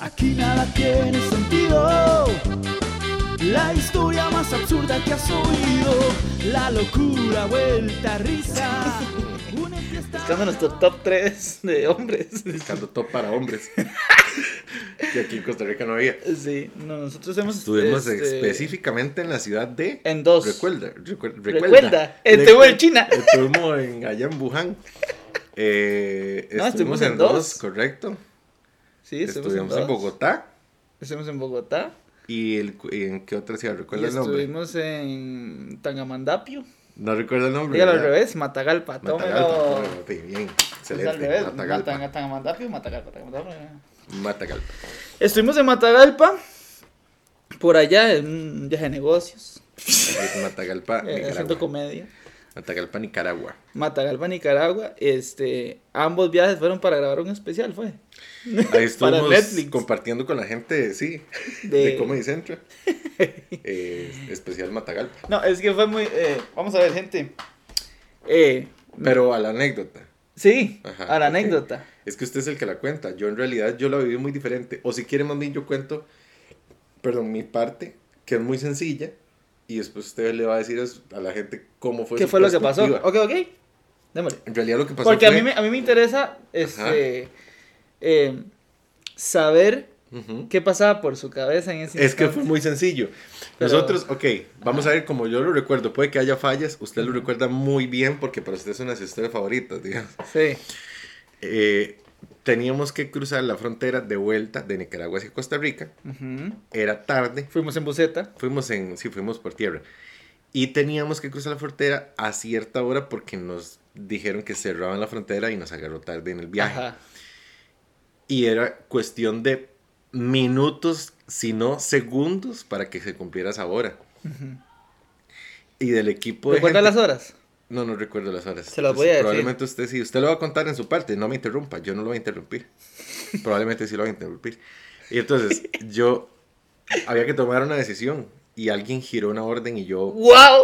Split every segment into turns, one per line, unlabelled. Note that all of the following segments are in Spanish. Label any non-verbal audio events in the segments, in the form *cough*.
Aquí nada tiene sentido. La historia más absurda que has oído. La locura vuelta a risa. Una fiesta-
Buscando nuestro top 3 de hombres. *laughs*
Buscando top para hombres. y aquí en Costa Rica no había.
Sí, no, nosotros hemos.
Estuvimos
este,
específicamente en la ciudad de.
En dos.
Recuerda, recuer- recuerda.
Recuerda, estuvo en China.
Estuvimos en, allá en Wuhan. Eh,
*laughs* No,
estuvimos en dos, correcto.
Sí, estuvimos,
estuvimos en,
dos.
Bogotá.
Estuvimos en Bogotá.
¿Y, el, cu- y en qué otra ciudad?
Y
¿Recuerda el nombre?
estuvimos en Tangamandapio.
No recuerdo el nombre.
Dígalo al
¿verdad?
revés, Matagalpa.
Matagalpa.
Tómelo.
tómelo, sí, Bien,
Es al
excelente.
revés.
Matagalpa.
Matang- Tangamandapio, Matagalpa, Tangamandapio.
Matagalpa.
Estuvimos en Matagalpa. Por allá, en un viaje de negocios.
Matagalpa,
eh, haciendo
Nicaragua.
comedia.
Matagalpa, Nicaragua.
Matagalpa, Nicaragua. Este, ambos viajes fueron para grabar un especial, fue. *laughs*
Ahí estuvimos
Netflix.
compartiendo con la gente, sí, de, Comedy
*laughs*
Central. Eh, especial Matagalpa.
No, es que fue muy. eh, vamos a ver, gente. Eh,
Pero a la anécdota.
sí,
Ajá,
a la
ok.
anécdota.
Es que usted es el que la cuenta. Yo en realidad yo la viví muy diferente. O si quiere más bien yo cuento, perdón, mi parte, que es muy sencilla. Y después usted le va a decir a su- a la gente cómo fue
¿Qué
su
fue lo que pasó?
Pues perspectiva.
Ok, ok. Démosle.
En realidad lo que pasó
Porque a
fue-
mí, me, a mí me interesa este, eh, saber
Ujú.
qué pasaba por su cabeza en ese
Es que fue
instante.
muy sencillo.
Pero-
Nosotros, ok, vamos a ver como yo lo recuerdo. Puede que haya fallas, usted lo recuerda muy bien porque para usted es una de sus historias favoritas, digamos.
Sí,
Eh, teníamos que cruzar la frontera de vuelta de Nicaragua hacia Costa Rica.
ujú.
Era tarde.
fuimos en buseta.
Fuimos en, sí, fuimos por tierra. Y teníamos que cruzar la frontera a cierta hora porque nos dijeron que cerraban la frontera y nos agarró tarde en el viaje.
Ajá.
Y era cuestión de minutos, si no segundos, para que se cumpliera esa hora.
ujú.
Y del equipo de
¿Recuerda
gente-
las horas?
No, no recuerdo las horas.
Se las voy a decir.
Probablemente usted sí. Usted lo va a contar en su parte. No me interrumpa. Yo no lo voy
*laughs*
a interrumpir. Probablemente sí lo voy a interrumpir. Y entonces, yo había que tomar una decisión. Y alguien giró una orden y yo,
¡Wow!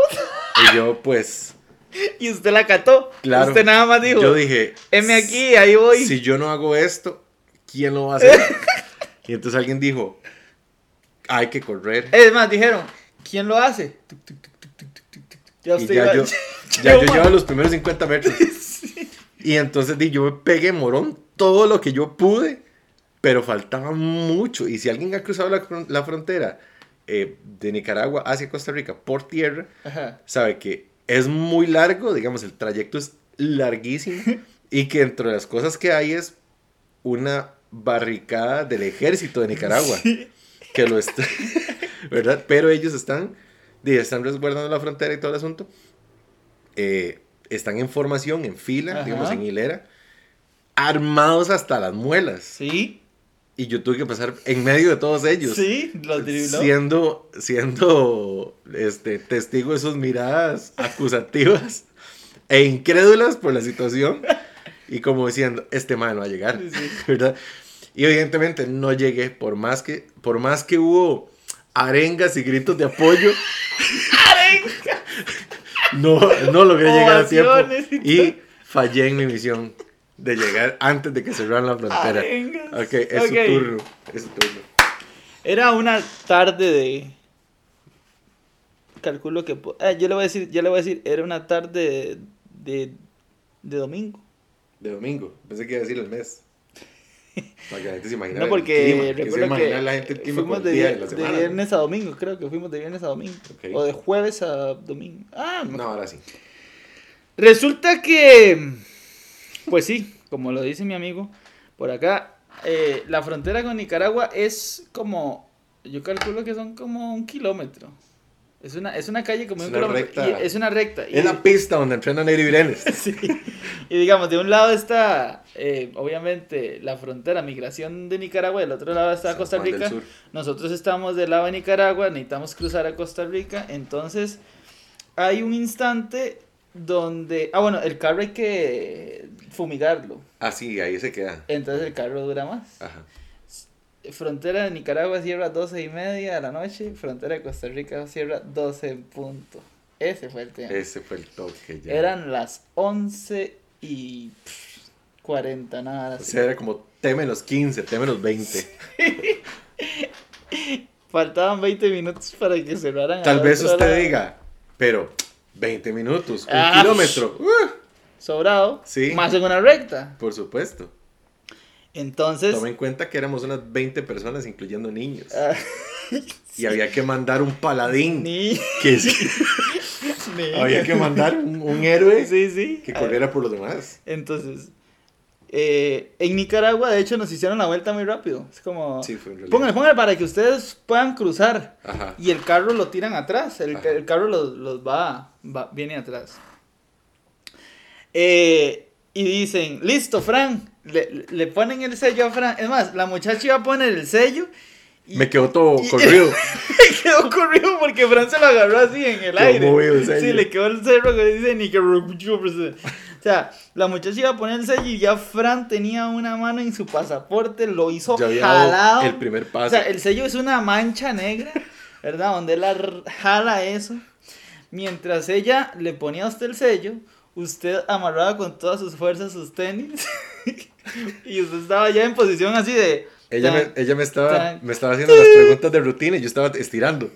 y yo pues,
*laughs* Y usted la cató.
claro.
Usted nada más dijo:
Yo dije,
M aquí, ahí voy.
si yo no hago esto, ¿quién lo va
*laughs*
a hacer? y entonces alguien dijo, hay que correr.
Es más, dijeron: ¿Quién lo hace? Tuc, tuc, tuc, tuc, tuc, tuc, tuc. Ya
Y
usted
ya
iba-
yo, ya yo
Yo-
llevo los primeros 50 metros. Y entonces di, yo me pegué morón todo lo que yo pude, pero faltaba mucho. Y si alguien ha cruzado la, fron- la frontera eh, de Nicaragua hacia Costa Rica por tierra,
*laughs* Ajá.
sabe que es muy largo, digamos, el trayecto es larguísimo. y que entre las cosas que hay es una barricada del ejército de Nicaragua. Que lo está, *laughs* ¿verdad? Pero ellos están, di, están resguardando la frontera y todo el asunto. Eh, están en formación, en fila,
Ajá.
digamos, en hilera, armados hasta las muelas.
Sí,
Y yo tuve que pasar en medio de todos ellos.
sí, los dribló.
Siendo, siendo este, testigo de sus miradas acusativas *laughs* e incrédulas por la situación y como diciendo, este man no va a llegar,
Sí, sí.
*laughs* ¿verdad? Y evidentemente no llegué, por más que, por más que hubo arengas y gritos
*laughs*
de apoyo, no, no logré llegar a tiempo
Ovaciones y
y fallé en mi misión de llegar antes de que cerraran la frontera.
Arengas.
Ok, es
Ah, Ok.
su turno, es su turno.
Era una tarde de. Calculo que. po- eh, yo le voy a decir, yo le voy a decir, era una tarde de, de, de domingo.
De domingo. Pensé que iba a decir el mes.
*laughs*
Para que la gente se imaginara.
no,
el
porque
clima, que se
recuerdo
imaginara
que,
la gente el clima
fuimos
por
de,
el día
vie-
de la
de
semana.
viernes a domingo, creo que fuimos de viernes a domingo.
Ok.
O de jueves a domingo. Ah, no.
No, ahora sí.
Resulta que, pues sí, como lo dice mi amigo, por acá, eh, la frontera con Nicaragua es como, yo calculo que son como un kilómetro. Es una, es una calle como
Es
un
una
kilómetro.
recta.
y es una recta. Y, *laughs*
Es la pista donde entrenan Neri Virenes.
sí. Y digamos, de un lado está, eh, obviamente, la frontera, migración de Nicaragua, del otro lado está
San
Costa
Juan del
Rica.
Sur.
Nosotros estamos del lado de Nicaragua, necesitamos cruzar a Costa Rica, entonces hay un instante donde, ah bueno, el carro hay que fumigarlo,
Ah, sí, ahí se queda.
entonces el carro dura más.
Ajá.
Frontera de Nicaragua cierra 12 y media de la noche, frontera de Costa Rica cierra 12 en punto. Ese fue el tema.
Ese fue el toque ya.
Eran las 11 y pff, 40, nada
O
así.
sea, era como Teme los 15, teme los 20.
Faltaban 20 minutos para que cerraran. a
Tal
la *laughs*
vez
otra
usted
hora.
diga, pero 20 minutos, un
Ah. *laughs*
kilómetro. Uh,
Sobrado.
Sí.
Más en una recta.
por supuesto.
Entonces.
Tome en cuenta que éramos unas 20 personas, incluyendo niños.
ah,
Y había que mandar un paladín.
*laughs* ni-
Que sí,
ni-
había que mandar un, un héroe
Sí, sí.
que
Ah,
corriera por los demás.
Entonces. eh, en Nicaragua, de hecho, nos hicieron la vuelta muy rápido. Es como.
Sí, fue un reloj.
Póngale, póngale para que ustedes puedan cruzar.
Ajá.
Y el carro lo tiran atrás. El,
Ajá.
el carro los, los va, va- Viene atrás. Eh, y dicen: Listo, Fran. Le, le ponen el sello a Fran. Es más, la muchacha iba a poner el sello. Y
Me quedó todo
y- *laughs*
corrido.
le quedó corrido porque Fran se lo agarró así en el
Quedó
aire.
movido el sello.
sí, le quedó el cerro que dice ni que O sea, la muchacha iba a poner el sello y ya Fran tenía una mano en su pasaporte, lo hizo
Ya había
jalado.
dado el primer paso.
O sea, el sello es una mancha negra, ¿verdad? Donde él ar- jala eso. Mientras ella le ponía a usted el sello, usted amarraba con todas sus fuerzas sus tenis. *laughs* y usted estaba ya en posición así de.
Ella,
tan-
me, ella me, estaba,
tan-
me estaba haciendo las preguntas de rutina y yo estaba estirando.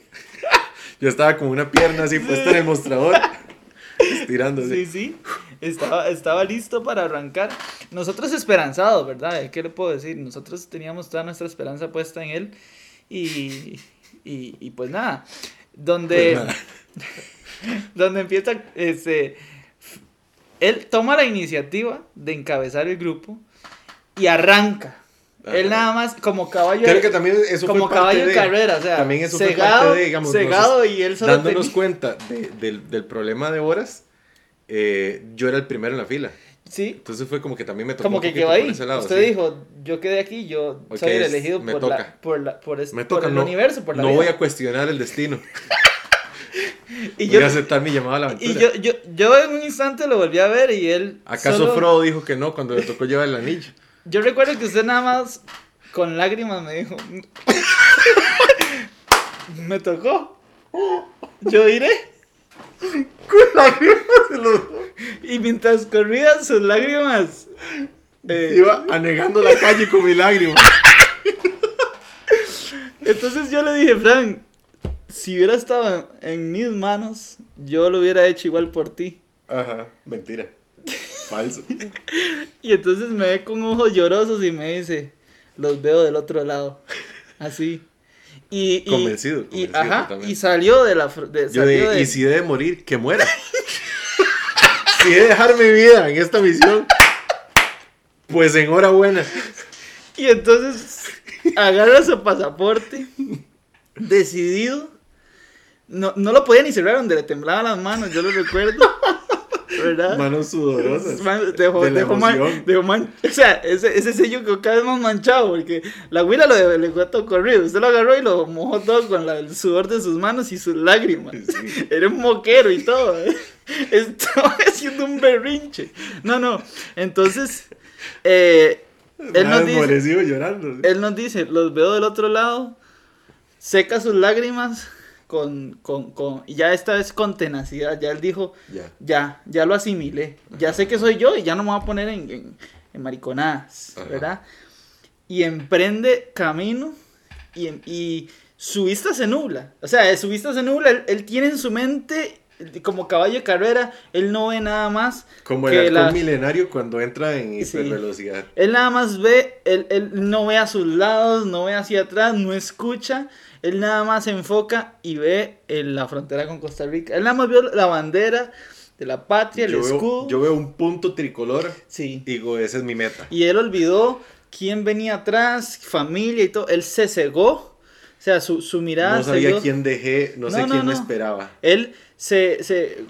*laughs* Yo estaba con una pierna así puesta en el mostrador. Estirando.
Sí,
así.
sí. Estaba, estaba listo para arrancar. Nosotros esperanzados, ¿verdad? ¿Qué le puedo decir? Nosotros teníamos toda nuestra esperanza puesta en él. Y, y, y pues nada. Donde,
Pues nada.
*laughs* donde empieza, este, él toma la iniciativa de encabezar el grupo y arranca. Él
Ajá.
nada más como caballo.
Creo que también eso fue
como
parte
caballo en
de-
carrera, o sea,
también eso fue
cegado,
parte de, digamos,
cegado
nosotros
y él solo
dándonos
tenía-
cuenta de- del, del problema de horas, eh, yo era el primero en la fila.
Sí,
Entonces fue como que también me tocó
como
un
que
poquito
quedó
por
ahí.
ese lado,
Usted
sí.
dijo, yo quedé aquí, yo
Ok,
soy el
es-
elegido
me
por,
toca.
La, por, la, por, es-
Me
por
toca,
el
no,
universo, por la
no
vida.
voy a cuestionar
*laughs*
el destino.
y
voy
yo,
a aceptar mi llamada a la aventura.
y yo, yo, yo en un instante lo volví a ver y él...
¿Acaso
solo-
Frodo dijo que no cuando le tocó llevar el
*laughs*
anillo?
Yo recuerdo que usted nada más con lágrimas me dijo... "Mm". *laughs* me tocó. Yo diré.
*laughs*
Y mientras corrían sus lágrimas... eh,
*laughs* Iba anegando la calle con mi
*laughs*
lágrima.
Entonces yo le dije, Frank, si hubiera estado en, en mis manos, yo lo hubiera hecho igual por ti.
Ajá, mentira.
*laughs*
Falso.
Y entonces me ve con ojos llorosos y me dice, los veo del otro
*laughs*
lado. Así. Y, y-
Convencido,
y-
convencido
ajá,
totalmente.
y salió de la... fr- de-
Yo
salió
de,
de-
y si debe morir, que muera. *laughs* si he de dejar mi vida en esta misión, pues enhorabuena.
y entonces agarra su pasaporte,
*laughs*
decidido. No, no lo podía ni cerrar donde le temblaban las manos, yo lo
*laughs*
recuerdo. ¿Verdad?
Manos sudorosas.
Pues, Man- Ah. dejó,
de la
dejó man-
emoción.
dejó man- o sea, ese, ese sello quedó cada vez más manchado porque la huila lo de- le fue todo corrido. Usted lo agarró y lo mojó todo con la- el sudor de sus manos y sus lágrimas.
Sí.
*laughs* Era un moquero y todo. ¿eh? *laughs* Estaba haciendo un berrinche. No, no. Entonces, eh, él, nos
Nada
dice,
desmorecido llorando.
él nos dice: Los veo del otro lado, seca sus lágrimas. Con, con, con, y ya esta vez con tenacidad, ya él dijo,
Ya.
ya, ya lo asimilé. Ya sé que soy yo y ya no me voy a poner en, en, en mariconadas,
Ajá.
¿verdad? Y emprende camino y, em- y su vista se nubla. O sea, su vista se nubla. Él, él tiene en su mente, como caballo de carrera, él no ve nada más.
Como
que
el alcohol
la-
milenario cuando entra en
Sí.
hipervelocidad.
Él nada más ve, él, él no ve a sus lados, no ve hacia atrás, no escucha. Él nada más se enfoca y ve en la frontera con Costa Rica. Él nada más vio la bandera de la patria, el
Yo,
escudo.
veo, yo veo un punto tricolor.
Sí.
Digo, esa es mi meta.
Y él olvidó quién venía atrás, familia y todo. Él se cegó. O sea, su, su mirada
No
se
sabía
vio-
quién dejé, no, sé
No, no,
quién
no.
me esperaba.
Él se, se,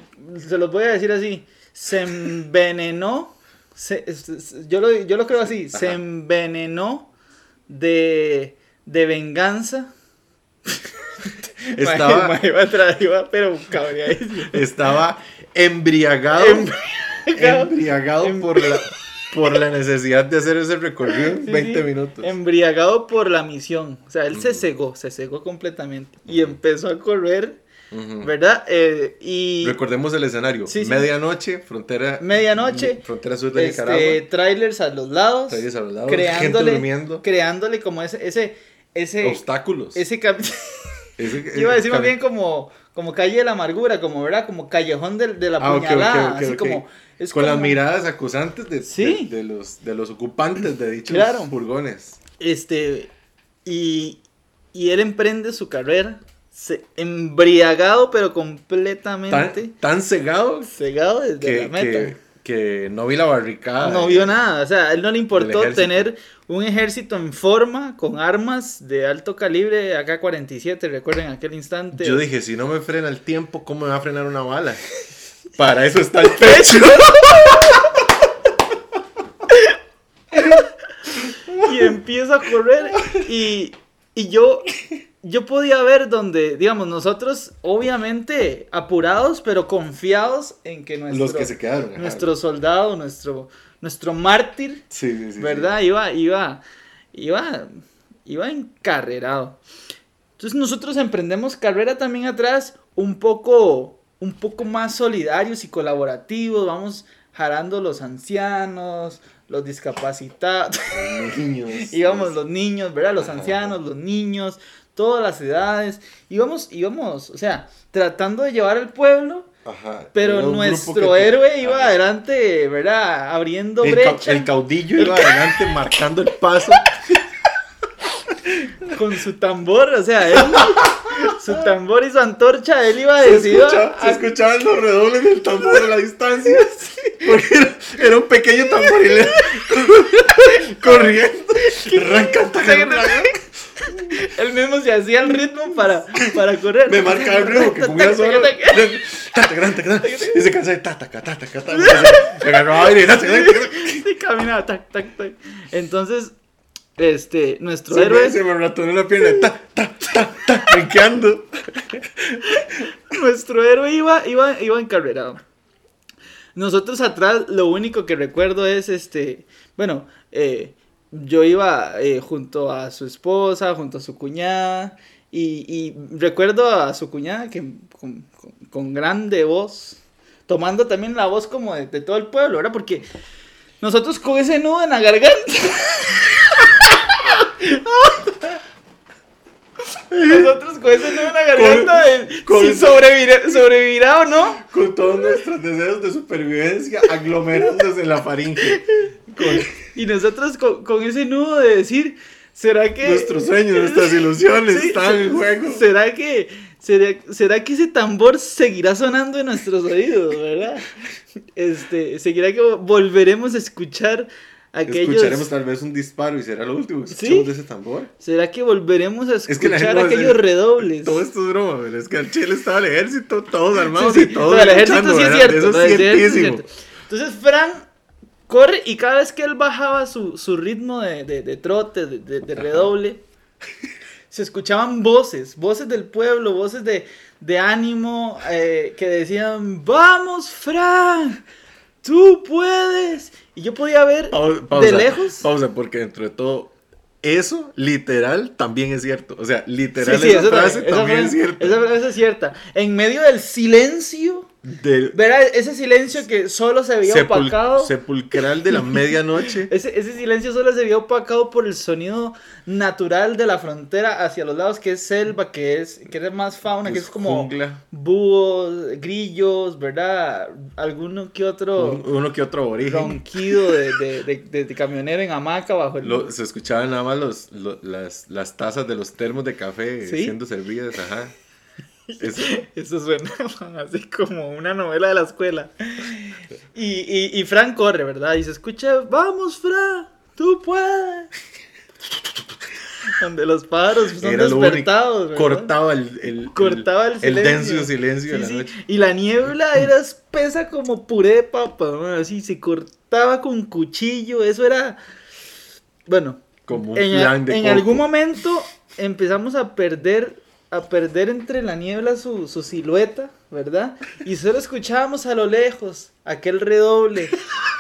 se los voy a decir así,
*laughs*
se envenenó, se- se- se- yo, lo, yo lo creo así, se
Ajá.
envenenó de, de venganza. *laughs*
Estaba-
Mae, mae, iba atrás, iba, pero cabreadísimo.
Estaba embriagado.
Em- Embriagado.
embriagado
Em-
por, la, por la necesidad de hacer ese recorrido en
Sí, Em-
20
sí,
minutos. Mm.
Embriagado por la misión. O sea, él se
Ujú.
cegó, se cegó completamente. Y empezó a correr
Ujú.
¿verdad? Eh, y
Recordemos el escenario.
Sí, sí.
Medianoche, frontera.
Medianoche,
Frontera sur de
este,
Nicaragua.
trailers a los lados,
Trailers a los lados, gente
creándole,
durmiendo.
creándole como ese, ese, ese,
obstáculos.
ese cam- *laughs*
Ese-
Yo iba a decir más
cam-
bien como, como calle de la amargura, como, ¿verdad? Como callejón del- de, la
Ah, ok, ok,
puñalada,
ok,
así
ok.
como... es
Con las
como-
miradas acusantes de,
Sí.
de, de los, de los ocupantes de dichos
Claro.
furgones.
Este, y, y él emprende su carrera, se, embriagado pero
Tan,
completamente
tan cegado
cegado desde la
que,
meta.
que, que no vi la barricada.
no
eh,
vio nada, o sea, a él no le importó
ejército.
tener un ejército en forma, con armas de alto calibre, AK-47, recuerden aquel instante.
Yo dije, si no me frena el tiempo, ¿cómo me va a frenar una bala? Para eso
*laughs*
está el pecho.
y empieza a correr y, y yo yo podía ver donde digamos nosotros obviamente apurados pero confiados en que nuestro
los que se quedaron. ajá.
nuestro soldado nuestro nuestro mártir
Sí, sí, sí.
verdad iba iba iba iba encarrerado entonces nosotros emprendemos carrera también atrás un poco un poco más solidarios y colaborativos vamos jarando los ancianos los discapacitados *laughs*
sí. Niños.
íbamos los niños, ¿verdad? Los
Ajá,
ancianos, los niños, todas las edades, íbamos, íbamos, o sea, tratando de llevar al pueblo,
Ajá.
pero
Era un grupo
nuestro
que-
héroe iba
Ajá.
adelante, ¿verdad? Abriendo
El, ca-
brecha
el caudillo iba adelante marcando el paso.
con su tambor, o sea, él, su tambor y su antorcha, él iba
Se,
decidido
escucha-
a-
se escuchaban los redobles del tambor a la distancia.
*laughs*
Porque era, era un pequeño tamborilero corriendo. Rancan, tacan, rancan.
él mismo se hacía el ritmo para, para correr.
Me
*laughs*
marcaba el ritmo que comía solo. *laughs* Tata, gran, tata, gran. Y se cansaba de tataca, tataca, tataca. Me agarraba aire. tataca, tataca.
Y caminaba, tac, tac, tac. Entonces, este, nuestro
Se
héroe.
me, se me ratonó la pierna. Ta, ta, ta, ta, brinqueando.
Nuestro héroe iba, iba, iba encarrerado. Nosotros atrás, lo único que recuerdo es este. Bueno, eh, yo iba eh, junto a su esposa, junto a su cuñada. Y, y recuerdo a su cuñada que con, con- con grande voz, tomando también la voz como de, de todo el pueblo, ¿verdad? Porque nosotros con ese nudo en la garganta. *laughs* Nosotros con ese nudo en la garganta de
con-
si sobrevivirá, sobrevivirá o no.
Con todos nuestros deseos de supervivencia aglomerándose en la faringe. Con
Y nosotros con, con ese nudo de decir, ¿será que
nuestros sueños, nuestras
*laughs*
ilusiones
Sí,
están
se-
en juego.
¿Será que, será, será que ese tambor seguirá sonando en nuestros oídos, verdad? Este, seguirá que volveremos a escuchar aquellos.
Escucharemos tal vez un disparo y será lo último que
Sí.
escuchemos de ese tambor.
¿Será que volveremos a escuchar
Es que la gente va a hacer-
aquellos redobles?
Todo esto es broma, pero es que al Chile estaba el ejército, todos armados
Sí, sí,
y todos.
lo del ejército
luchando,
sí es
¿verdad?
cierto.
Eso
lo del
es
ejército es
ciertísimo.
cierto. Entonces, Fran corre y cada vez que él bajaba su, su ritmo de, de- de trote, de, de- de redoble, se escuchaban voces, voces del pueblo, voces de, de ánimo eh, que decían: ¡Vamos, Fran! ¡Tú puedes! Y yo podía ver
Pau- pausa,
de lejos.
Pausa, porque dentro de todo, eso literal también es cierto. O sea, literal
Sí, sí,
esa
eso
frase
también- esa
también es
frase-
cierta.
Esa frase es cierta. En medio del silencio,
Del-
verá ese silencio que solo se veía
sepul-
opacado.
sepulcral
*laughs*
de la medianoche.
Ese, ese silencio solo se vio opacado por el sonido natural de la frontera hacia los lados, que es selva, que es, que es más fauna, que es como
pues, jungla.
búhos, grillos, ¿verdad? Alguno que
Un-
otro
uno que otro aborigen.
ronquido de, de- de- de- de camionero en hamaca bajo el...
Lo- se escuchaban nada más los, lo- las, las tazas de los termos de café
¿Sí?
siendo
*laughs*
servidas, ajá. Eso-
Eso suena *laughs* man, así como una novela de la escuela. Y, y, y Fran corre, ¿verdad? Y se escucha, vamos, Fran, tú puedes. *laughs* Donde los pájaros son
Era lo único.
despertados. ¿verdad?
cortaba el, el,
cortaba el silencio.
denso silencio de
Sí,
la
sí.
noche.
Y la
*laughs*
niebla era espesa como puré de papa, ¿no? así se cortaba con cuchillo, eso era bueno,
Como un
en, a-
flan de
en
coco.
algún momento empezamos a perder a perder entre la niebla su, su silueta, ¿verdad? Y solo escuchábamos a lo lejos aquel redoble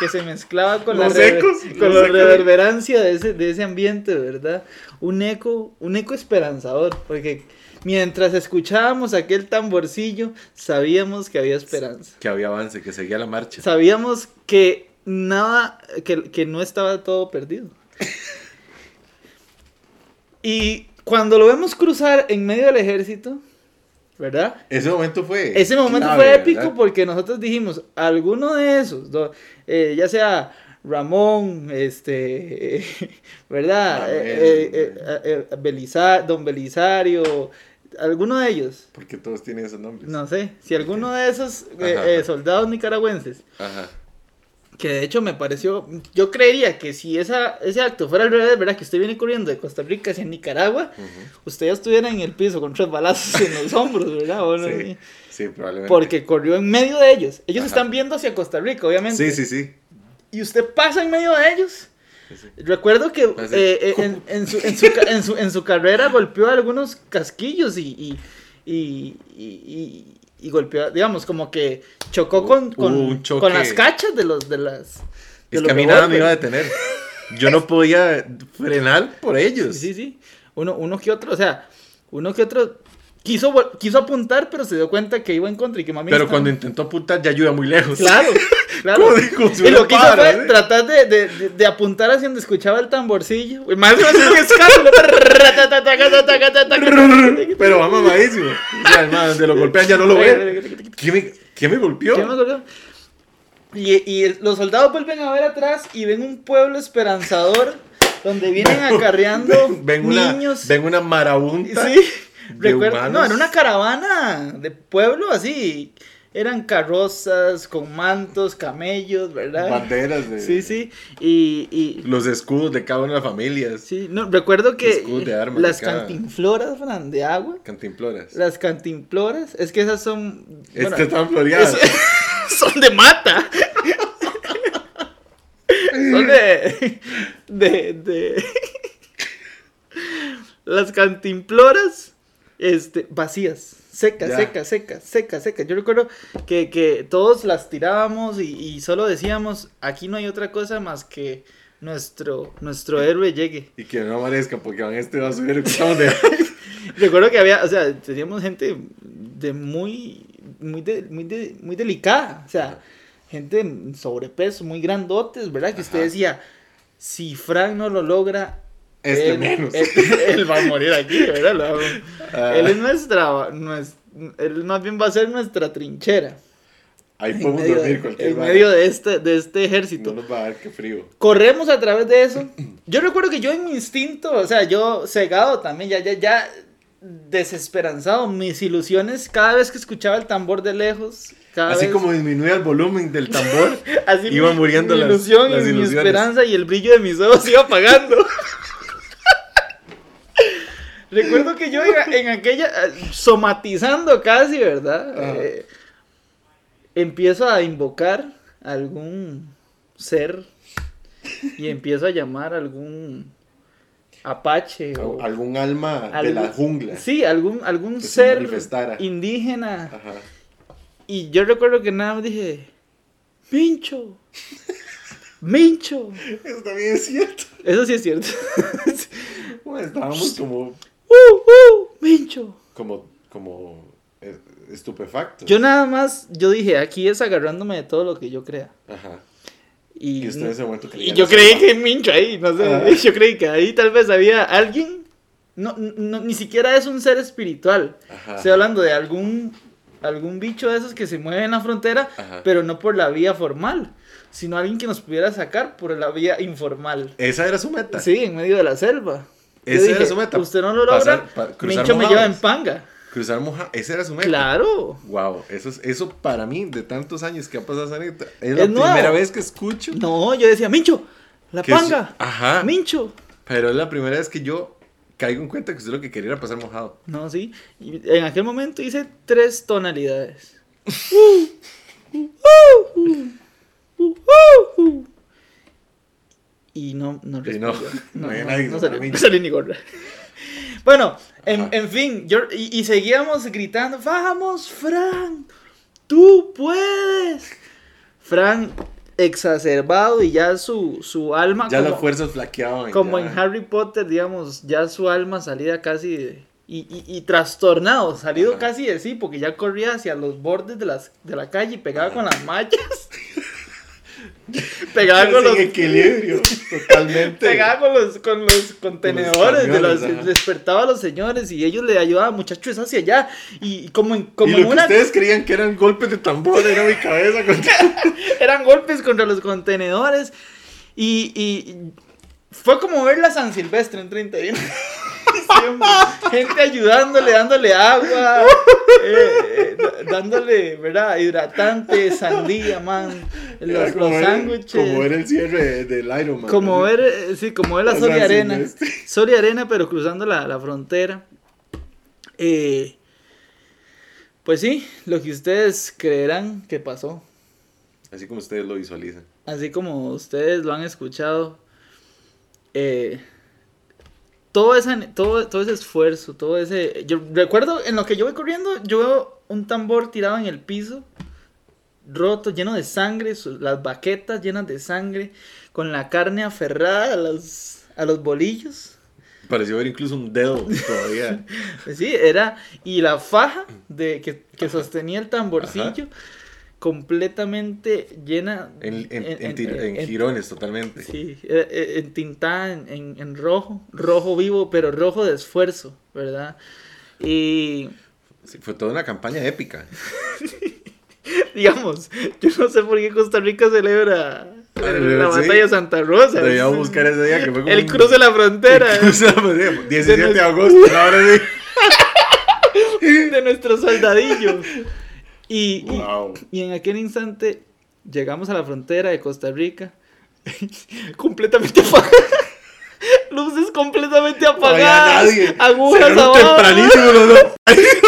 que se mezclaba con la
Los
rever-
ecos,
con la
los ecos.
reverberancia de ese, de ese ambiente, ¿verdad? Un eco, un eco esperanzador, porque mientras escuchábamos aquel tamborcillo, sabíamos que había esperanza.
Que había avance, que seguía la marcha.
Sabíamos que nada, que, que no estaba todo
*laughs*
perdido. Y cuando lo vemos cruzar en medio del ejército, ¿verdad?
Ese momento fue.
Ese momento
clave,
fue épico
Ah, ¿verdad?
porque nosotros dijimos, alguno de esos, do- eh, ya sea Ramón, este, *laughs* ¿verdad?
Manuel,
Eh, eh, eh, eh, eh, Beliza- don Belisario, alguno de ellos,
Porque todos tienen esos nombres.
no sé, si alguno de esos eh,
Ajá,
eh,
ajá.
soldados nicaragüenses,
Ajá.
que de hecho me pareció, yo creería que si esa, ese acto fuera al revés, ¿verdad? Que usted viene corriendo de Costa Rica hacia Nicaragua,
ujú.
usted ya estuviera en el piso con tres balazos en los hombros, ¿verdad? Bueno,
Sí, sí, probablemente.
porque corrió en medio de ellos. Ellos
Ajá.
están viendo hacia Costa Rica, obviamente.
Sí, sí, sí.
Y usted pasa en medio de ellos. Recuerdo que
Así.
eh, eh, en, en su, en su ca- en su- en su carrera golpeó algunos casquillos y, y, y, y- y- y golpeó, digamos, como que chocó con,
Hubo
con,
un choque.
con las cachas de los de las. de
Es
los
que a mí nada me
revólveres.
iba a detener. Yo no podía frenar por ellos.
Pues Sí, sí, sí. Uno, uno que otro, o sea, uno que otro quiso, vol- quiso apuntar, pero se dio cuenta que iba en contra y que mami.
Pero
estaba-
cuando intentó apuntar ya ayuda muy lejos. *laughs*
Claro, claro.
Como de- como si
y
fuera
lo que hizo
pájaro,
fue
¿eh?
tratar de, de, de- de apuntar hacia donde escuchaba el tamborcillo. Y más o menos
*laughs*
que escala.
Pero va mamadísimo. O sea, el man, donde lo golpean ya no lo ve. ¿Quién me, quién me golpeó?
¿Qué más ocurrió? Y, y el- los soldados vuelven a ver atrás y ven un pueblo esperanzador donde vienen acarreando
*laughs* Ven, ven una,
niños.
ven una
Y
marabunta.
Sí,
de
recuerdo. No,
humanos.
era una caravana de pueblo así. Eran carrozas con mantos, camellos, ¿verdad?
Banderas de
Sí, sí. Y, y
los escudos de cada una de las familias.
sí, no, recuerdo que
Escudos de armas
las
de cada-
cantinfloras Fran, de agua,
Cantimploras. Este
las cantinfloras, es que esas son
Es
bueno,
que están floreadas.
es- *laughs* son de mata. son de de de las cantimploras este vacías. Secas,
Ya.
secas, secas, secas, secas. Yo recuerdo que, que todos las tirábamos y, y solo decíamos, aquí no hay otra cosa más que nuestro, nuestro héroe llegue.
Y que no amanezcan porque van a este basurero que estamos de.
Recuerdo que había, o sea, teníamos gente de muy, muy, de- muy, de- muy delicada, o sea, gente en sobrepeso, muy grandotes, ¿verdad? Que usted
Ajá.
decía, si Frank no lo logra,
Este
él,
menos.
él- *laughs* él va a morir aquí, ¿verdad? Lo hago.
Ah,
Él es nuestra, nues- él más bien va a ser nuestra trinchera.
ahí
En
podemos
medio,
dormir
de,
cualquier
en
vara.
medio de este, de este ejército.
No nos va a dar que frío.
Corremos a través de eso. Yo recuerdo que yo en mi instinto, o sea, yo cegado también, ya, ya, ya desesperanzado, mis ilusiones, cada vez que escuchaba el tambor de lejos, cada
Así
vez-
como disminuía el volumen del
*laughs*
tambor.
así
iban muriendo
mi
las-
ilusión
las
y mi
ilusiones.
esperanza y el brillo de mis ojos *laughs* se iba apagando. recuerdo que yo en, en aquella, somatizando casi, ¿verdad?
Ajá.
Eh, empiezo a invocar algún ser y empiezo a llamar algún apache o
Algún alma de
algún-
la jungla.
Sí, algún algún
Que se
ser
manifestara.
indígena.
Ajá.
Y yo recuerdo que nada más dije, Mincho, Mincho.
Eso también es cierto.
Eso sí es cierto. *laughs*
Bueno, estábamos como,
uh, uh, Mincho.
como, como eh, estupefactos.
Yo nada más, yo dije, aquí es agarrándome de todo lo que yo crea.
Ajá.
Y,
Y usted en ese momento
y
creía
yo
en eso.
creí que Mincho ahí, no sé, *laughs*
Ah.
yo creí que ahí tal vez había alguien, no, no, ni siquiera es un ser espiritual.
Ajá.
Estoy hablando de algún, algún bicho de esos que se mueve en la frontera,
Ajá.
pero no por la vía formal, sino alguien que nos pudiera sacar por la vía informal.
Esa era su meta.
Sí, en medio de la selva. Yo
Esa era
dije,
su meta,
Usted no lo
pasar-
logra,
pa- cruzar
Mincho me lleva en
mojados".
panga.
Cruzar moja. Esa era su meta.
Claro.
Wow, eso, es- eso para mí, de tantos años que ha pasado Sanita, es la
Es nuevo.
primera vez que escucho.
No, yo decía, Mincho, la
que es- Ah.
panga.
Ajá.
Mincho.
Pero es la primera vez que yo caigo en cuenta que usted lo que quería era pasar mojado.
No, sí. Y en aquel momento hice tres
*laughs*
tonalidades. Y no, no
Y no,
respondió.
*laughs* no había nadie que
Pues, no
se
*laughs* salió-
llame
no salió ni gorra. Bueno, en,
Ajá.
en fin, yo, y, y seguíamos gritando, vamos, Frank, tú puedes. Frank exacerbado y ya su, su alma.
Ya
como,
las fuerzas flaqueaban.
como
ya.
en Harry Potter, digamos, ya su alma salida casi de- y, y- y trastornado, salido
Ajá.
casi de sí, porque ya corría hacia los bordes de, las, de la calle y pegaba con las mallas. *laughs* pegaba con
Pero
los *laughs*
sin equilibrio, totalmente.
pegaba con los, con los contenedores, de
camiones,
los-
ajá.
despertaba a los señores y ellos le ayudaban, muchachos, es hacia allá. Y, y como, en- como
y
en
lo
una,
que ustedes creían que eran golpes de tambor era mi cabeza. con-
eran golpes contra los contenedores. Y, y- y fue como ver la San Silvestre en 31. *laughs* Siempre, Gente ayudándole, dándole agua, eh, eh, da- dándole, ¿verdad? Hidratante, sandía, man. *laughs*
Era
Los,
*laughs* como
los
ver-
sándwiches.
Como era el cierre de- del Iron Man.
Como
así.
ver, eh, sí, como ver la
O
Sol y
sea, sí,
Arena.
no es-
Sol y Arena, pero cruzando la, la frontera. Eh, pues sí, lo que ustedes creerán que pasó,
Así como ustedes lo visualizan.
así como ustedes lo han escuchado, eh, todo, esa- todo, todo ese esfuerzo, todo ese... Yo recuerdo, en lo que yo voy corriendo, yo veo un tambor tirado en el piso, roto, lleno de sangre, su- las baquetas llenas de sangre, con la carne aferrada a los, a los bolillos.
Pareció ver incluso un dedo todavía.
Pues Sí, era. Y la faja de que, que sostenía el tamborcillo, completamente llena.
en, en, en,
*laughs* en-
tir- en
en-
girones, totalmente.
sí, era, eh, entintada en, en- en rojo, rojo vivo, pero rojo de esfuerzo, ¿verdad? Y *laughs*
Sí, Fue toda una campaña épica.
digamos, yo no sé por qué Costa Rica celebra la
Ah, sí.
batalla de Santa Rosa.
Debíamos buscar ese día que fue como.
El
un-
cruce de la frontera.
*laughs* el cruce de la frontera.
*laughs*
17 de agosto, ahora sí.
de nuestro
*laughs*
soldadillo. *laughs* Y, y-
Wow.
y en aquel instante llegamos a la frontera de Costa Rica, *laughs* completamente apagada. *laughs* Luces completamente
No había
apagadas.
nadie.
Agujas
Salieron
abajo.
tempranísimo los dos.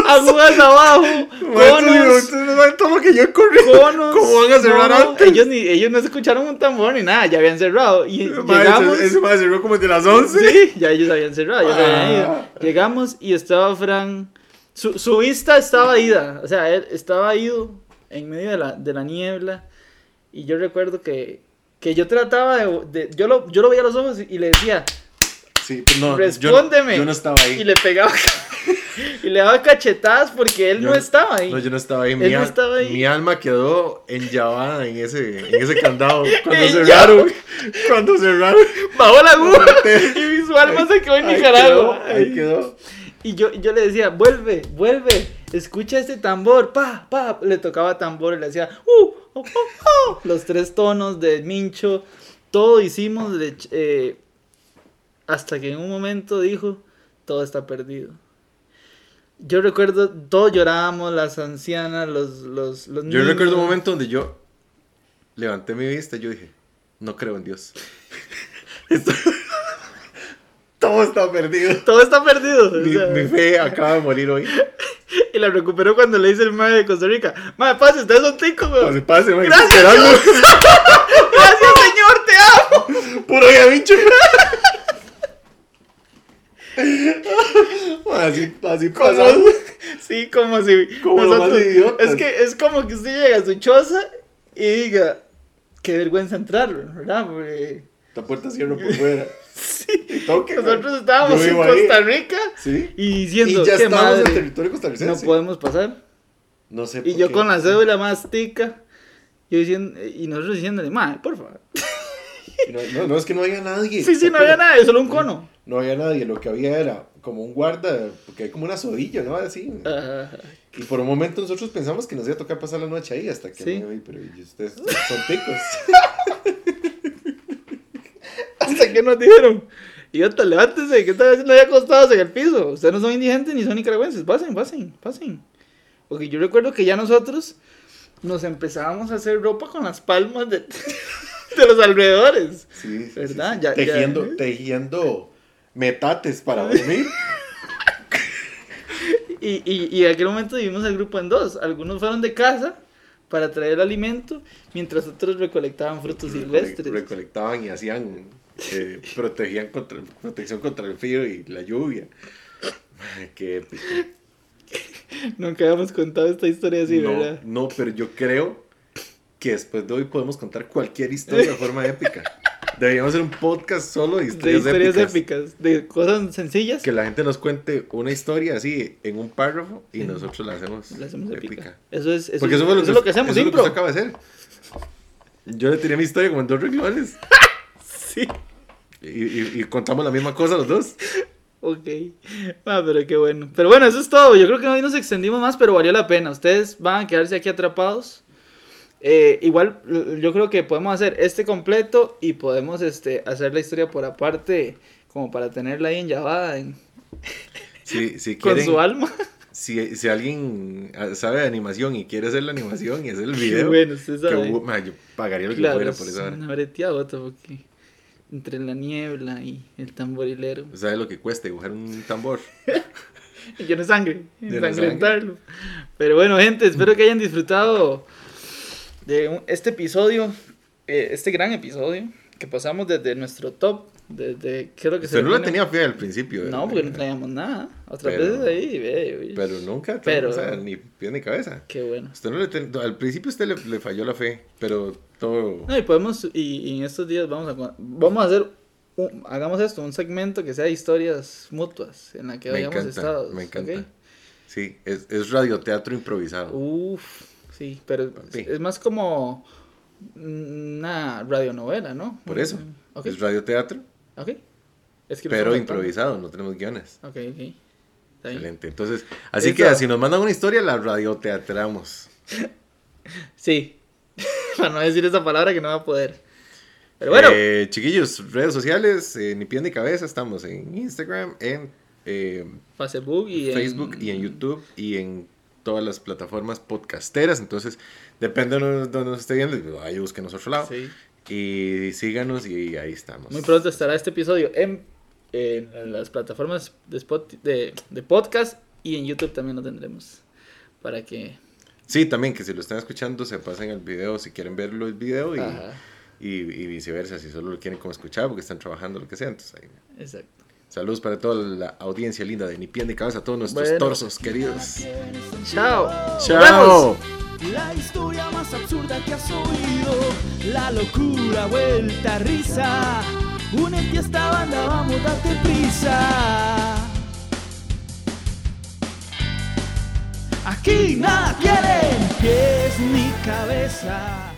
Agujas abajo. *laughs* Conos.
Ustedes no saben todo lo que yo corrí.
Conos.
¿Cómo van a cerrar
no, no,
antes?
Ellos, ni, ellos no escucharon un tambor ni nada, ya habían cerrado. Y
Madre,
llegamos.
Ese, ese madre cerró como de las 11.
Sí, ya ellos habían cerrado, ya se habían ido.
Ah.
Llegamos y estaba Fran. Su, su vista estaba ida, o sea, él estaba ido en medio de la, de la niebla. Y yo recuerdo que, que yo trataba de. de- yo, lo, yo lo veía a los ojos y le decía,
Sí, pero no,
respóndeme.
Yo, yo no estaba ahí.
Y le pegaba. *laughs* y le daba cachetadas porque él
Yo
no estaba ahí.
No, yo no estaba ahí.
Él
Mi,
no
al-
estaba ahí.
mi alma quedó enllavada en ese, en ese
*laughs*
candado. Cuando
Enllavada.
cerraron. Cuando cerraron.
Bajó la aguja *laughs* y su alma se quedó en
Ahí
Nicaragua.
quedó, Ahí quedó.
Y yo, yo le decía, vuelve, vuelve, escucha este tambor, pa, pa. Le tocaba tambor y le decía, uh, oh, oh, oh. los tres tonos de Mincho, todo hicimos. le ch- eh, hasta que en un momento dijo, todo está perdido. Yo recuerdo, todos llorábamos, las ancianas, los, los, los
Yo
niños.
recuerdo un momento donde yo levanté mi vista y yo dije, no creo en Dios. *laughs* Esto- *laughs* Todo está perdido.
Todo está perdido. o
Mi,
sea.
mi fe acaba de
*laughs*
morir hoy.
Y la recuperó cuando le dice el madre de Costa Rica, madre, pase, ustedes son ticos, weón.
Pase, pase, man,
Gracias,
esperando.
Gracias, señor, te amo.
*laughs* Puro día bicho. *laughs* Así, así pasando.
Sí, como si
Como los más idiotas.
es que es como que usted llega a su choza y diga, qué vergüenza entrar, ¿verdad? Porque
La puerta cierra por fuera.
sí,
Toque, man.
nosotros estábamos
Yo
en
vivo ahí.
Costa Rica
Sí.
y diciendo,
y ya
qué
estamos en el
madre,
territorio costarricense.
no podemos pasar.
No sé
Y
por
yo
qué.
con la cédula más tica, yo diciendo, y nosotros diciéndole, madre, por favor.
No, no, no, es que no había nadie.
Sí, sí,
¿te
no había
acuerdas?
nada, solo un cono.
No había nadie, lo que había era como un guarda, porque hay como una sodilla, ¿no? Así.
Ajá.
Y por un momento nosotros pensamos que nos iba a tocar pasar la noche ahí, hasta que
Sí.
no, y- pero y ustedes son picos. *laughs*
Hasta que nos dijeron, idiota, levántese, ¿qué están haciendo ahí acostados en el piso? Ustedes no son indigentes ni son nicaragüenses, pasen, pasen, pasen. Porque yo recuerdo que ya nosotros nos empezábamos a hacer ropa con las palmas de, *laughs* de los alrededores.
Sí, sí,
¿Verdad?
sí, sí.
Ya- ¿eh? ya.
tejiendo, tejiendo metates para dormir.
Y, y, y en aquel momento dividimos el grupo en dos. Algunos fueron de casa para traer alimento, mientras otros recolectaban frutos silvestres.
Recole- Recolectaban y hacían,
*laughs*
eh, protegían contra, protección contra el frío y la lluvia. Ay, Qué épico.
Nunca habíamos contado esta historia así,
no,
¿verdad?
no, pero yo creo que después de hoy podemos contar cualquier historia de forma
*laughs*
épica. Deberíamos hacer un podcast solo de
de
historias,
historias
épicas.
épicas, de cosas sencillas.
Que la gente nos cuente una historia así en un párrafo y nosotros la hacemos,
la hacemos épica. Eso es, eso
Porque
es-
eso fue lo,
eso
que,
es lo que hacemos,
eso es lo
impro.
que usted acaba de hacer. Yo le tiré mi historia como en dos renglones
*laughs* Sí.
y, y- y contamos la misma cosa los dos.
Ok. Ah, pero qué bueno. Pero bueno, eso es todo. Yo creo que hoy nos extendimos más, pero valió la pena. Ustedes van a quedarse aquí atrapados. Eh, igual, l- yo creo que podemos hacer este completo y podemos este, hacer la historia por aparte, como para tenerla ahí enllavada en- *laughs*
Si, si
con
quieren,
su alma.
si, si alguien ah, sabe de animación y quiere hacer la animación y hacer
*laughs*
el
Qué
*laughs* video,
bueno, usted
que
sabe.
hubo- ma, yo pagaría lo que
claro,
fuera
es
por esa hora.
una breteada otra, porque entre la niebla y el tamborilero.
¿Sabe lo que cuesta dibujar un tambor?
*laughs* Y Yo no sangre,
Yo no
ensangrentarlo. Pero bueno, gente, espero que hayan disfrutado de un- este episodio, eh, este gran episodio, que pasamos desde nuestro top, desde creo que
Pero no la
define-
tenía fe al
No,
principio. ¿verdad?
porque no teníamos nada. Otras
Pero-
veces ahí, ve, uy,
Pero nunca,
Pero-
o sea, ni pie ni cabeza.
Qué bueno.
Usted no le ten- Al principio usted le, le falló la fe, pero todo...
No, y podemos, y, y en estos días vamos a, cua- vamos a hacer, un- hagamos esto, un segmento que sea de historias mutuas, en la que
me
hayamos
encanta,
estado.
me
¿ok? Uh,
encanta. Sí, es, es radioteatro improvisado.
Uf, sí, pero
Sí.
es- es más como una radionovela, ¿no? Mm,
Por eso.
Ok,
Es radioteatro,
ok. Es que lo estamos
pero
contando.
improvisado, no tenemos guiones.
Ok, ok. Está bien.
Excelente. Entonces, así
Eso.
que si nos mandan una historia, la radioteatramos.
Sí, *laughs* para no decir esa palabra que no va a poder. Pero bueno,
Eh, chiquillos, redes sociales, eh, ni pie ni cabeza, estamos en Instagram, en eh,
Facebook y en-
Facebook y en YouTube y en todas las plataformas podcasteras. Entonces, depende de donde- donde nos esté viendo, ahí búsquenos a otro lado. Pues
Sí.
Y síganos y ahí estamos.
Muy pronto estará este episodio en, en las plataformas de, spot, de, de podcast y en YouTube también lo tendremos. Para que...
Sí, también que si lo están escuchando, se pasen al video si quieren verlo el video y,
Ajá,
y- y viceversa, si solo lo quieren como escuchar porque están trabajando, lo que sea. Entonces, ahí.
exacto.
Saludos para toda la audiencia linda de Ni Pie Ni Cabeza, a todos nuestros
Bueno.
torsos queridos.
Chao. Nos
¡Chao!
vemos.
La historia más absurda que has oído, la locura vuelta a risa. Únete a esta banda, vamos, date prisa. Aquí nada tienen pies ni cabeza.